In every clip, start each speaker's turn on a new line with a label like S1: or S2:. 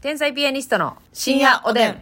S1: 天才ピアニストの
S2: 深夜おでん。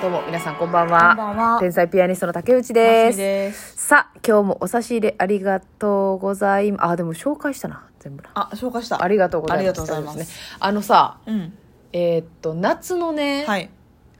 S1: どうも皆さんこんばんは。
S2: こんばんは
S1: 天才ピアニストの竹内です。
S2: ますみです
S1: さあ、今日もお差し入れありがとうございます。あ、でも紹介したな、全部な。
S2: あ、紹介した。
S1: ありがとうございます。
S2: ありがとうございます
S1: ねあのさ、
S2: うん。
S1: えーっと、夏のね、
S2: はい。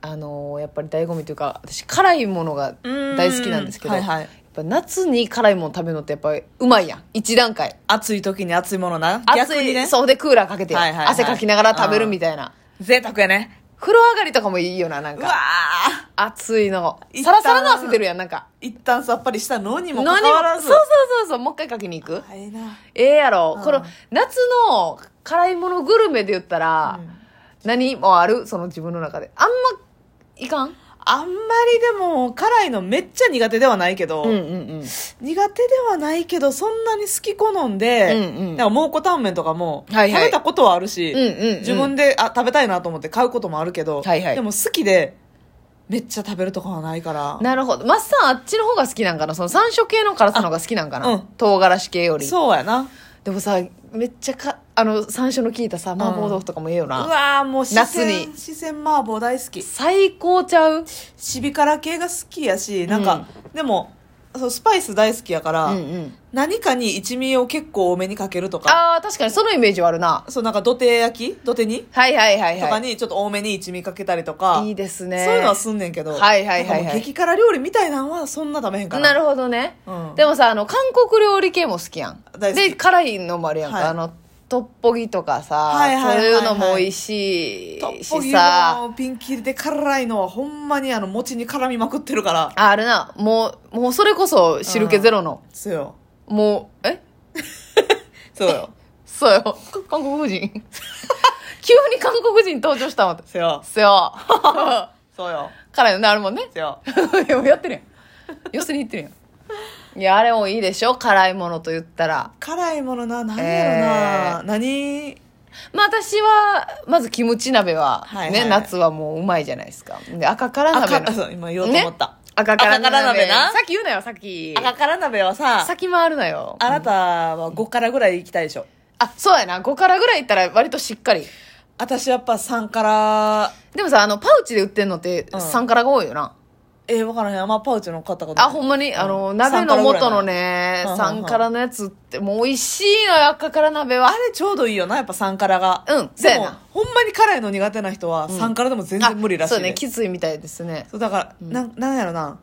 S1: あのーやっぱり醍醐味というか、私、辛いものが大好きなんですけど、
S2: はいはい
S1: やっぱ夏に辛いもの食べるのってやっぱりうまいやん。一段階。
S2: 暑い時に暑いものな。
S1: 暑
S2: 逆に
S1: い、
S2: ね。
S1: そうでクーラーかけて、
S2: はいはいはい
S1: 汗かきながら食べるみたいな。
S2: 贅沢やね。
S1: 風呂上がりとかもいいよな、なん
S2: うわ
S1: か。
S2: あ
S1: 暑いの。
S2: 一
S1: サラ
S2: 旦
S1: サラの汗出るやん、なんか。
S2: 一旦さっぱりしたのにもか
S1: 何
S2: かわら
S1: も、そう
S2: ず。
S1: そうそうそう、もう一回かけに行く。
S2: はいな。
S1: ええやろ。
S2: うん
S1: この、夏の辛いものグルメで言ったら、
S2: うん
S1: 何もあるその自分の中で。あんま、いかん
S2: あんまりでも、辛いのめっちゃ苦手ではないけど、
S1: うんうんうん。
S2: 苦手ではないけど、そんなに好き好んで、
S1: うんうん
S2: だから蒙古タンメンとかも、
S1: はいはい
S2: 食べたことはあるし、
S1: うんうんうん
S2: 自分であ食べたいなと思って買うこともあるけど、
S1: はいはい
S2: でも好きで、めっちゃ食べるとかはないから。
S1: なるほど。マッサンあっちの方が好きなんかなその山椒系の辛さの方が好きなんかな、
S2: あうん
S1: 唐辛子系より。
S2: そうやな。
S1: でもさ、めっちゃか、あの、山椒の効いたさ、麻婆豆腐とかもええよ
S2: う
S1: な。
S2: わーもう四川
S1: 夏に
S2: 四川麻婆大好き
S1: 最高ちゃう
S2: シビ辛系が好きやしなんか、でもそうスパイス大好きやから、
S1: うんうん。
S2: 何かに一味を結構多めにかけるとか
S1: ああ、確かにそのイメージはあるな。
S2: そうなんか土手焼き土手煮
S1: はいはいはい
S2: とか
S1: は
S2: にちょっと多めに一味かけたりとか、
S1: い。いいですね。
S2: そういうのはすんねんけど、
S1: はいはいはいはい
S2: なんかもう激辛料理みたいなのはそんな食べへんから
S1: なるほどね、
S2: うん
S1: でもさあの韓国料理系も好きやん
S2: 大好き
S1: で辛いのもあるやんか、
S2: はい
S1: あのトッポギとかさ、
S2: はいはいはいはい
S1: そういうのも美味し
S2: トッ
S1: い
S2: ポギ
S1: しさ
S2: のピンキリで辛いのはほんまにあの餅に絡みまくってるから
S1: ああれなもうもうそれこそ汁気ゼロの、
S2: そ うよ
S1: もうえ
S2: そうよ
S1: そうよ韓国 人急に韓国人登場したわって
S2: そうよ
S1: そう
S2: そうよ
S1: 辛いのねあるもんね
S2: そうよ
S1: いややってるやん寄せに行ってるやんいやあれもいいでしょ辛いものと言ったら
S2: 辛いものな何やろな、何
S1: まあ私は、まずキムチ鍋は、ね、
S2: はいはい
S1: 夏はもううまいじゃないですか。で、赤辛鍋
S2: 赤そう今言おうと思った、
S1: 赤辛鍋
S2: 赤辛鍋な
S1: さっき言うなよ、さっき。
S2: 赤辛鍋はさ
S1: 先回るなよ。
S2: あなたは5辛ぐらい行きたいでしょ
S1: あ、そうやな。5辛ぐらいいったら割としっかり。
S2: 私やっぱ3辛
S1: でもさ、あの、パウチで売ってんのって
S2: うん
S1: 3辛が多いよな。
S2: えー、分からへんあんまパウチの買ったことな
S1: あ、
S2: い
S1: ほんまに、あの、
S2: うん
S1: 鍋の素のね、
S2: 三辛
S1: 3
S2: ぐらいな
S1: 辛のやつってもう美味しいのよ、赤辛鍋は
S2: あ。れちょうどいいよなやっぱ3辛が
S1: うんそう
S2: で
S1: や
S2: も
S1: な
S2: ほんまに辛いの苦手な人は3辛でも全然無理らしい、
S1: あそうね、きついみたいですね。
S2: そうだから、なん、なんやろな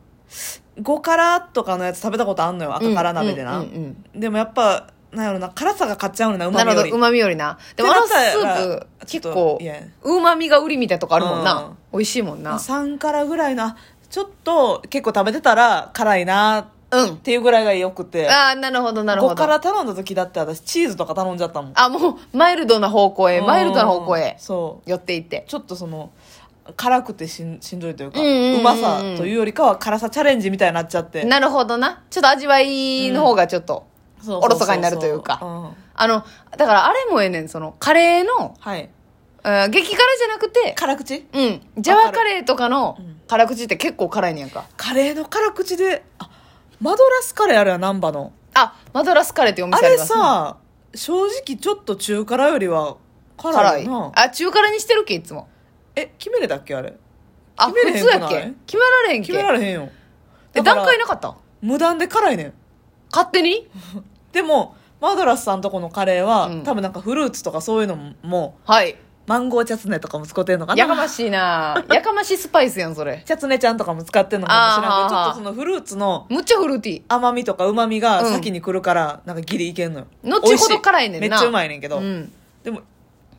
S2: 5辛とかのやつ食べたことあんのよ赤辛鍋で
S1: うんう
S2: な、
S1: んうん
S2: でもやっぱなんやろな辛さが勝っちゃうのなう
S1: な
S2: まみ
S1: る
S2: よ
S1: ほ
S2: り
S1: ど、旨味よりな。でもあ
S2: って
S1: の
S2: な
S1: スー
S2: ったら
S1: プ、
S2: ちょっ
S1: 結
S2: と
S1: 構
S2: いや、
S1: 旨味が売りみたいなとこあるもん
S2: う。
S1: なん美味しいもんな。
S2: 3辛ぐらいなちょっと結構食べてたら辛いな
S1: うん。
S2: っていうぐらいがよくて
S1: ああ、なるほど、なるほど。
S2: 5辛頼んだ時だって私チーズとか頼んじゃったもん
S1: あ、もう、マイルドな方向へ、
S2: うん
S1: マイルドな方向へ、
S2: そう
S1: 寄っていって。
S2: ちょっとその辛くてしんしんどいというか、
S1: うんうんうんうん
S2: まさというよりかは辛さチャレンジみたいになっちゃって
S1: なるほどな。ちょっと味わいの方がちょっと、
S2: そうそうそう
S1: おろそかになるというか。
S2: ん
S1: あの、だからあれもええねん、その、カレーの、
S2: はい
S1: あー激辛じゃなくて、
S2: 辛口
S1: うん、ジャワカレーとかの辛口って結構辛いねんか。
S2: カレーの辛口であマドラスカレーあるやん難波の
S1: あ、マドラスカレーってお
S2: あ
S1: 店あり
S2: れ
S1: ますね
S2: さ正直ちょっと中辛よりは
S1: 辛
S2: 辛い
S1: い
S2: よな。
S1: あ、中辛にしてるっけ、いつも。
S2: え決めれたっけあれ
S1: あ、
S2: 決め
S1: 普
S2: れ
S1: 通や
S2: へん
S1: っ
S2: くな
S1: け
S2: い
S1: 決められへん
S2: 決
S1: け
S2: められへんよ
S1: え、
S2: だから
S1: 段階なかった
S2: 無断で辛いねん
S1: 勝手に
S2: でもマドラスさんとこのカレーは、
S1: うん
S2: 多分なんかフルーツとかそういうのもも
S1: はい。
S2: うマンゴーチャツネとかも使ってんのかな
S1: やかましい なやかましいスパイスやん、それ。
S2: チャツネちゃんとかも使ってんのかもしれ
S1: あー
S2: ん
S1: はー
S2: けどちょ
S1: はー
S2: っとそのフルーツの
S1: むっちゃフルーティー。
S2: 甘みとか旨みが
S1: うん
S2: 先に来るから、なんかギリいけんのよ
S1: 後ほど
S2: 美味し
S1: 辛いねんな
S2: めっちゃうまいねんけど、
S1: うん。
S2: でも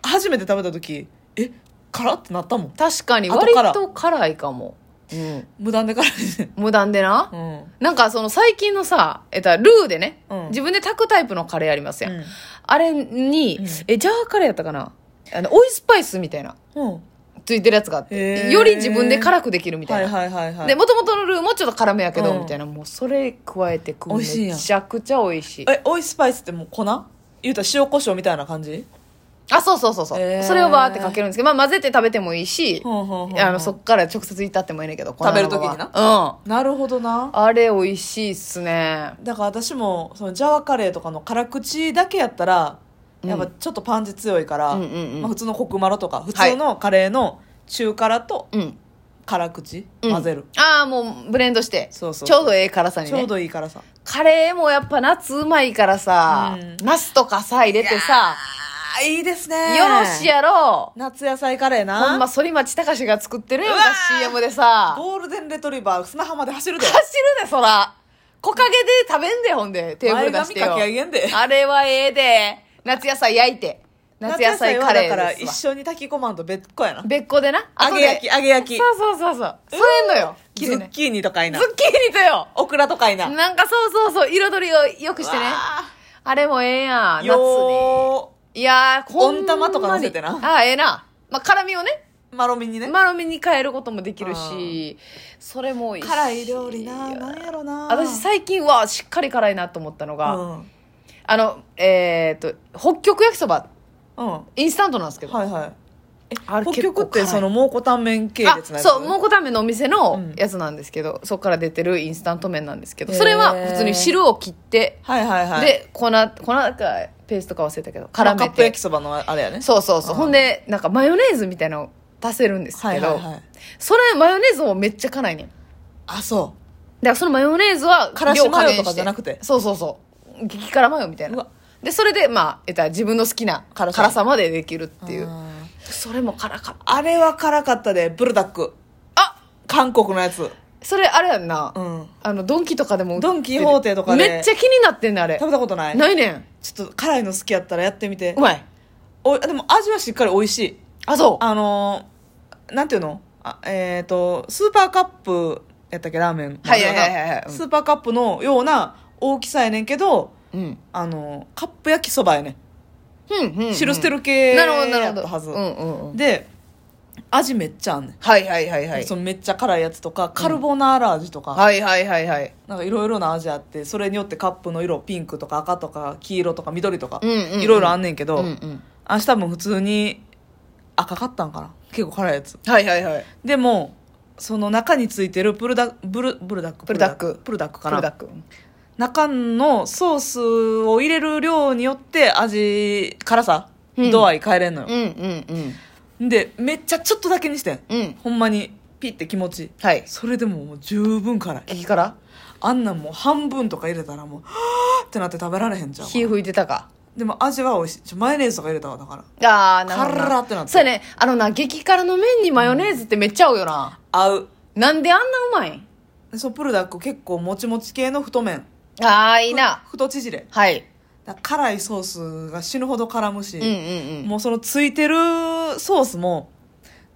S2: 初めて食べた時え辛ってなったもん
S1: 確かに、
S2: 後
S1: 割
S2: から
S1: と辛いかも。うん。
S2: 無断で辛いねん
S1: 無断でな。
S2: うん
S1: なんかその最近のさ、えっと、ルーでね、
S2: うん
S1: 自分で炊くタイプのカレーありますやん。
S2: うん
S1: あれに、
S2: うん
S1: え、ジャーカレーやったかなあの、オイスパイスみたいな、
S2: うん
S1: ついてるやつがあっ
S2: へ
S1: て、
S2: ー
S1: より自分で辛くできるみたい
S2: は
S1: な。
S2: いはいはいはい
S1: で、もともとのルーもちょっと辛めやけど、
S2: うん
S1: みたいな。もうそれ加えて食う。
S2: 美味しいやん
S1: めちゃくちゃ美味しい。
S2: えオイスパイスってもう粉言うたら塩コショウみたいな感じ
S1: あそうそうそうそう、
S2: へー
S1: それをバーってかけるんですけど、まあ、混ぜて食べてもいいし、
S2: ほうほうほう
S1: あのそっから直接いったってもいいねんけど
S2: 食べる時にな
S1: 粉のまま
S2: なるほどな
S1: うんあれ美味しいっすね
S2: だから私もそのジャワカレーとかの辛口だけやったら
S1: うん
S2: やっぱちょっとパンチ強いから、
S1: うんうんうん
S2: まあ、普通のコクマロとか普通のカレーの中辛と
S1: うん
S2: 辛口
S1: うん
S2: 混ぜる、
S1: ああもうブレンドして
S2: そうそう
S1: ちょうどええ辛さに
S2: ちょ
S1: ね
S2: うどいい辛さ
S1: カレーもやっぱ夏うまいからさ、
S2: うん
S1: ナスとかさ入れてさ
S2: あーいいですね
S1: よろしいやろ
S2: 夏野菜カレーな
S1: ほんま反町隆史が作ってるよう
S2: うわ
S1: な CM でさ
S2: ゴールデンレトリバー砂浜で走るで
S1: 走るねそら木陰で食べんでほんでテーブル出してよ
S2: 前髪かき上げん で
S1: あれはええで夏野菜焼いて夏野菜カレ
S2: はだから
S1: ーで
S2: 一
S1: す
S2: 緒に炊き込まんと別個やな
S1: わ別個でな
S2: 揚げ焼き
S1: 後
S2: 揚げ焼
S1: で
S2: き
S1: そうそうそうそうそうえんのよ切
S2: ズ
S1: るね
S2: ッキーニとかい
S1: ズ
S2: な
S1: ッキーニとよ
S2: オクラとかいな
S1: なんかそうそうそう彩りをよくしてね
S2: うわ
S1: あれもええやん夏に
S2: よ
S1: いやーほんまに
S2: 温玉とか乗せてな
S1: ああええなまあ辛みをね
S2: ーマロミにね、
S1: マロミに変えることもできるしそれもいいし
S2: 辛い料理ななんやろな
S1: 私最近はしっかり辛いなと思ったのが、
S2: うん、うん、
S1: あのえっ、と北極焼きそば
S2: は
S1: インスタントなんですけ
S2: い
S1: ど、
S2: はいえ
S1: あれ
S2: 北
S1: 結構
S2: 極って
S1: 辛い
S2: その蒙古タンメン系
S1: あ
S2: 列のやつ
S1: そう蒙古タンメンのお店
S2: う
S1: の
S2: ん
S1: やつなんですけど、そこから出てるインスタント麺なんですけど
S2: へー
S1: それは普通に汁を切って、
S2: はいはいはい
S1: で粉粉かペーストか忘れたけど
S2: まあ
S1: 絡め
S2: カップ
S1: て
S2: 焼きそばのあれやね
S1: そうそうそう、
S2: うん
S1: ほんでなんかマヨネーズみたいなのを足せるんです
S2: は
S1: け
S2: い
S1: ど、
S2: はいはい
S1: それマヨネーズもめっちゃ辛いねん
S2: あそ
S1: だからそのマヨネーズは
S2: からし
S1: 量加減
S2: マヨとかじゃなくて
S1: そうそうそう激辛マヨみたいう
S2: う
S1: な
S2: わ
S1: でそれでまあえったら自分の好きな辛
S2: 辛さ
S1: さまでできるっ
S2: う
S1: ていう
S2: あー
S1: それも辛かった
S2: あれは辛かったでブルダック
S1: あ
S2: 韓国のやつ
S1: それあれやんな、
S2: うん
S1: あのドンキとかでも売ってる
S2: ドンキホーテとかで
S1: めっちゃ気になってんねんあれ
S2: 食べたことない
S1: ないねん
S2: ちょっと辛いの好きやったらやってみて
S1: うまい
S2: おいでも味はしっかり美味しい
S1: あそう
S2: あのーなんていうのあえっ、とスーパーカップやったっけラーメン
S1: はいはいはいはいはいうん
S2: スーパーカップのような大きさやねんけど
S1: うん
S2: あのーカップ焼きそばやね
S1: うんうん、うん、
S2: ん汁捨てる系
S1: なるほどなるほ
S2: やった
S1: ど
S2: はず、
S1: うんうんうん
S2: で味めっちゃあんねん、
S1: はいはいはいはい
S2: そのめっちゃ辛いやつとかカルボナーラ味とか、
S1: はいはいはいはい
S2: なんかいろいろな味あってそれによってカップの色ピンクとか赤とか黄色とか緑とか
S1: うんうんうん
S2: いろいろあんねんけ
S1: う
S2: ど、
S1: んうん
S2: 明日も普通に赤かったんかな結構辛いやつ
S1: はいはいはい
S2: でもその中についてるプルダブルブルダック
S1: ブルダック
S2: プルダックか
S1: 黒田
S2: な
S1: 君
S2: 中のソースを入れる量によって味辛さ、
S1: うん
S2: 度合い変えれんの
S1: う
S2: よ、
S1: んうんうん
S2: でめっちゃちょっとだけにしてん
S1: うん
S2: ほんまにピッて気持ちいい
S1: はい
S2: それでももう十分辛い
S1: 激辛
S2: あんなんもう半分とか入れたらもうはぁーってなって食べられへんじゃん
S1: 火吹いてたか
S2: でも味は美味しいちょマヨネーズとか入れたわだから
S1: ああなるほど
S2: カラってなってる
S1: そうやねあのな激辛の麺にマヨネーズってめっちゃ合うよな、
S2: 合う
S1: なんであんなうまいん
S2: でそうプルダック結構もちもち系の太麺
S1: ああいいな
S2: ふ太縮れ
S1: はい
S2: だから辛いソースが死ぬほど絡むし、
S1: うんうんうん
S2: もうそのついてるソースも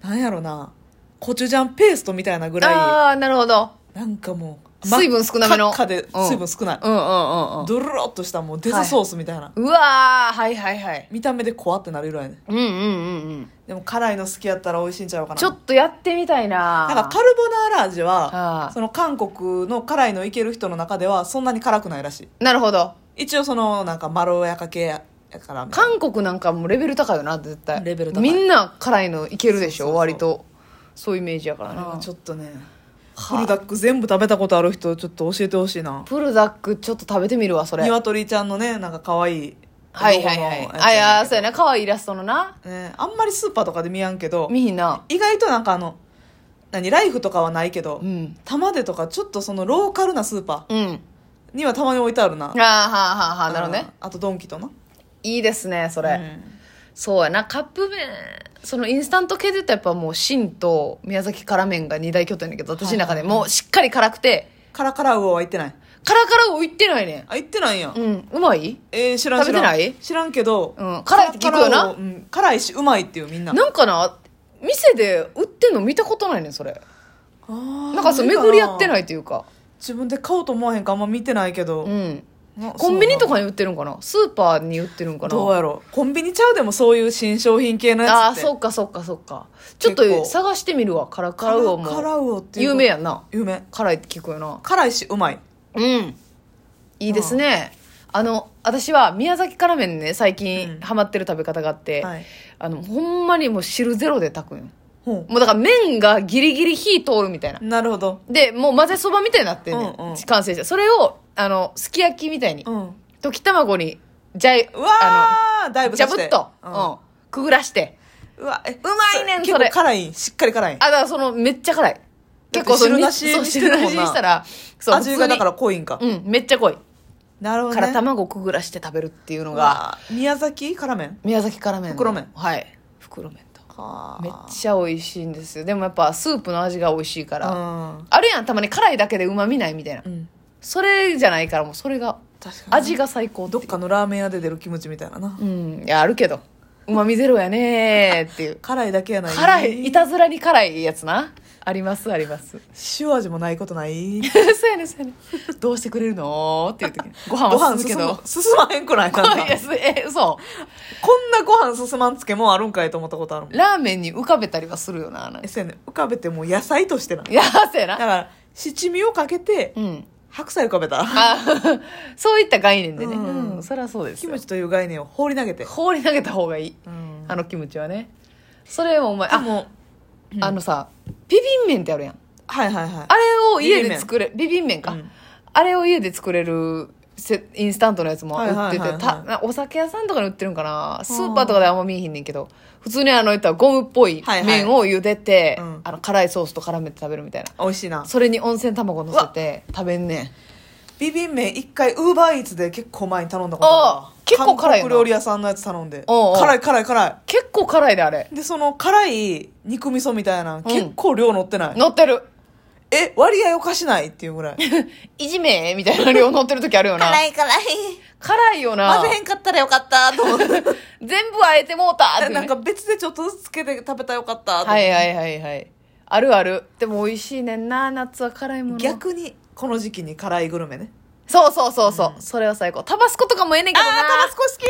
S2: なんやろなコチュジャンペーストみたいなぐら
S1: ああなるほど
S2: いなんかもう
S1: 水分少なめの
S2: 真っ赤っか
S1: うん
S2: で水分少ない、
S1: うんうんうんうん
S2: ドロッとしたもうデザソースみたいな、
S1: うわーはいはいはい
S2: 見た目で怖ってなる色やね
S1: うんうんうんうん
S2: でも辛いの好きやったら美味しいんちゃうかな
S1: ちょっとやってみたいな
S2: なんかカルボナーラ味
S1: あ
S2: は
S1: ー
S2: その韓国の辛いのいける人の中ではそんなに辛くないらし
S1: なるほど
S2: い一応そのなんかまろやか系やから
S1: 韓国なんかもうレベル高いよな絶対
S2: レベル高い
S1: みんな辛いのいけるでしょ
S2: そうそうそう
S1: 割とそういうイメージやからな
S2: ちょっとねフルダック全部食べたことある人ちょっと教えてほしいな
S1: プルダックちょっと食べてみるわそれ
S2: 鶏ちゃんのねなんか可愛い
S1: はいはいはい
S2: ロゴのやつ
S1: あいやそうやな可愛いイラストのな
S2: ねあんまりスーパーとかで見やんけど
S1: 見ひんな
S2: 意外となんかあの何ライフとかはないけど、
S1: うん
S2: 玉出とかちょっとそのローカルなスーパ
S1: うん
S2: ーにはたまに置いてあるな
S1: あーはあはあはあなるほどね
S2: うんあとドンキとない
S1: いですねそれ、
S2: うん
S1: そうやなカップ麺そのインスタント系で言ったらやっぱもう芯と宮崎辛麺が二大巨頭やねんけど私の中でもうしっかり辛くて
S2: カラカラウオは行ってない
S1: 辛々を言ってないね
S2: あ行ってないんや
S1: んうんうまい
S2: えー知らん知
S1: 食べ
S2: らん
S1: てない
S2: 知らんけど、
S1: うん辛いって聞くよな
S2: カラカラウオうん辛いしうまいっていうみんな
S1: なんかな店で売ってんの見たことないねんそれ
S2: な
S1: なんかそう巡り合って
S2: い
S1: ないというか
S2: 自分で買おうと思わへんかあんま見てないけど、
S1: うん
S2: な
S1: コンビニとか
S2: そう
S1: に売ってるんかなスーパーに売ってるんかな
S2: などうやろうコンビニちゃうでもそういう新商品系の
S1: あ
S2: や
S1: あ
S2: つって
S1: そ
S2: あ
S1: うかそうかそうかちょっ
S2: 結
S1: と
S2: 構
S1: 探してみるわカラカ
S2: カ
S1: ラ
S2: ラ
S1: ウオ
S2: カラ
S1: も
S2: ウオっていう
S1: 有名やんな
S2: 有名
S1: 辛いって聞くよな
S2: 辛いしうまい
S1: うんいいですね、あの私は宮崎辛麺ね最
S2: うん
S1: 近ハマってる食べ方があって、
S2: はい
S1: あのほんまにもう汁ゼロで炊くんよ
S2: ほ
S1: もうだから麺がギリギリ火通るみたいな
S2: うなるほど
S1: でもう混ぜそばみたいになってんね、
S2: うんうん
S1: 完成してそれをあのすき焼きみたいに、
S2: うん
S1: 溶き卵にじゃいう
S2: わーだい
S1: の
S2: ぶ
S1: ジャブ
S2: っ
S1: ッと、うんくぐらして
S2: うん、うわえう
S1: まいねんそれ
S2: 結構辛いんしっかり辛いん
S1: あだからそのめっちゃ辛い
S2: だって
S1: 結構その
S2: 汁なし
S1: そう
S2: にしてるもんな
S1: 汁にしたらそう
S2: 味がだから
S1: ら
S2: 濃いんか、
S1: うんめっちゃ濃い
S2: なるほど、ね、
S1: から卵くぐらして食べるっていうの
S2: う
S1: が
S2: わ宮崎辛麺
S1: 宮崎辛麺の
S2: 袋麺
S1: はい袋麺と
S2: は
S1: めっちゃ美味しいんですよでもやっぱスープの味が美味しいから、
S2: ゃ
S1: あるやんたまに辛いだけでうまみないみたいな、
S2: うん、うん、
S1: それじゃないからもうそれが
S2: 確かに
S1: 味が最高って
S2: ど
S1: い
S2: っ
S1: う
S2: かのラーメン屋で出るキムチみたいなな、
S1: うんいやあるけどうまみゼロやねーっていう
S2: 辛いだけやない
S1: 辛いいたずらに辛いやつなありますあります
S2: 塩味もないことな い
S1: そうやねそうやねどうしてくれるのっていう時に ご飯
S2: ご
S1: は進む
S2: 飯
S1: け
S2: 進
S1: ど
S2: む進まへんくないなん か
S1: いやすえそ
S2: こんなご飯進まんつけもんあるんかいと思ったことあるもん
S1: うラーメンに浮かべたりはするよななんか
S2: えそうやね浮かべてもう野菜としてない
S1: いやそうや
S2: だ
S1: な
S2: から七味をかけて
S1: うん
S2: 白菜浮かべた
S1: あ そういった概念でね
S2: う
S1: うんん、そりゃそうです
S2: キ
S1: よ
S2: ムチという概念を放り投げて
S1: 放り投げた方がいい
S2: うん
S1: あのキムチはねそれもお前
S2: あ
S1: あ
S2: もううん
S1: あのさビビン麺ってあるやん
S2: はいはいはい
S1: あれを家で作れビビン麺か、
S2: うん
S1: あれを家で作れるせインスタントのやつも売
S2: は
S1: って
S2: いはいはい
S1: て
S2: はい
S1: たなお酒屋さんとかに売ってるんかなスーパーとかであんま見えへんねんけど普通にあの言ったらゴムっぽい
S2: はいはい
S1: 麺を茹でて、
S2: うん
S1: あの辛いソースと絡めて食べるみたいな
S2: 美味しいな
S1: それに温泉卵乗せて食べんねん
S2: ビビン麺一回ウーバーイーツで結構前に頼んだことあるわ
S1: あー結構辛いよな
S2: 韓国料理屋さんのやつ頼んで
S1: おうおう
S2: 辛い辛い辛い
S1: 結構辛いであれ
S2: でその辛い肉味噌みたいな、結構量乗ってない
S1: 乗ってる
S2: え割合おかしないっていうぐらい
S1: いじめみたいな量乗ってる時あるよな
S2: 辛い辛い
S1: 辛いよな
S2: 混ぜへんかったらよかったと思って
S1: 全部あえてもうたっていうね
S2: なんか別でちょっとずつつけて食べたらよかったと思っ
S1: は
S2: て
S1: いはいはいはいあるあるでも美味しいねんな夏は辛いもの
S2: 逆にこの時期に辛いグルメね
S1: そうそうそうそう、それは最高タバスコとかもええねんけどな
S2: あータバスコ好き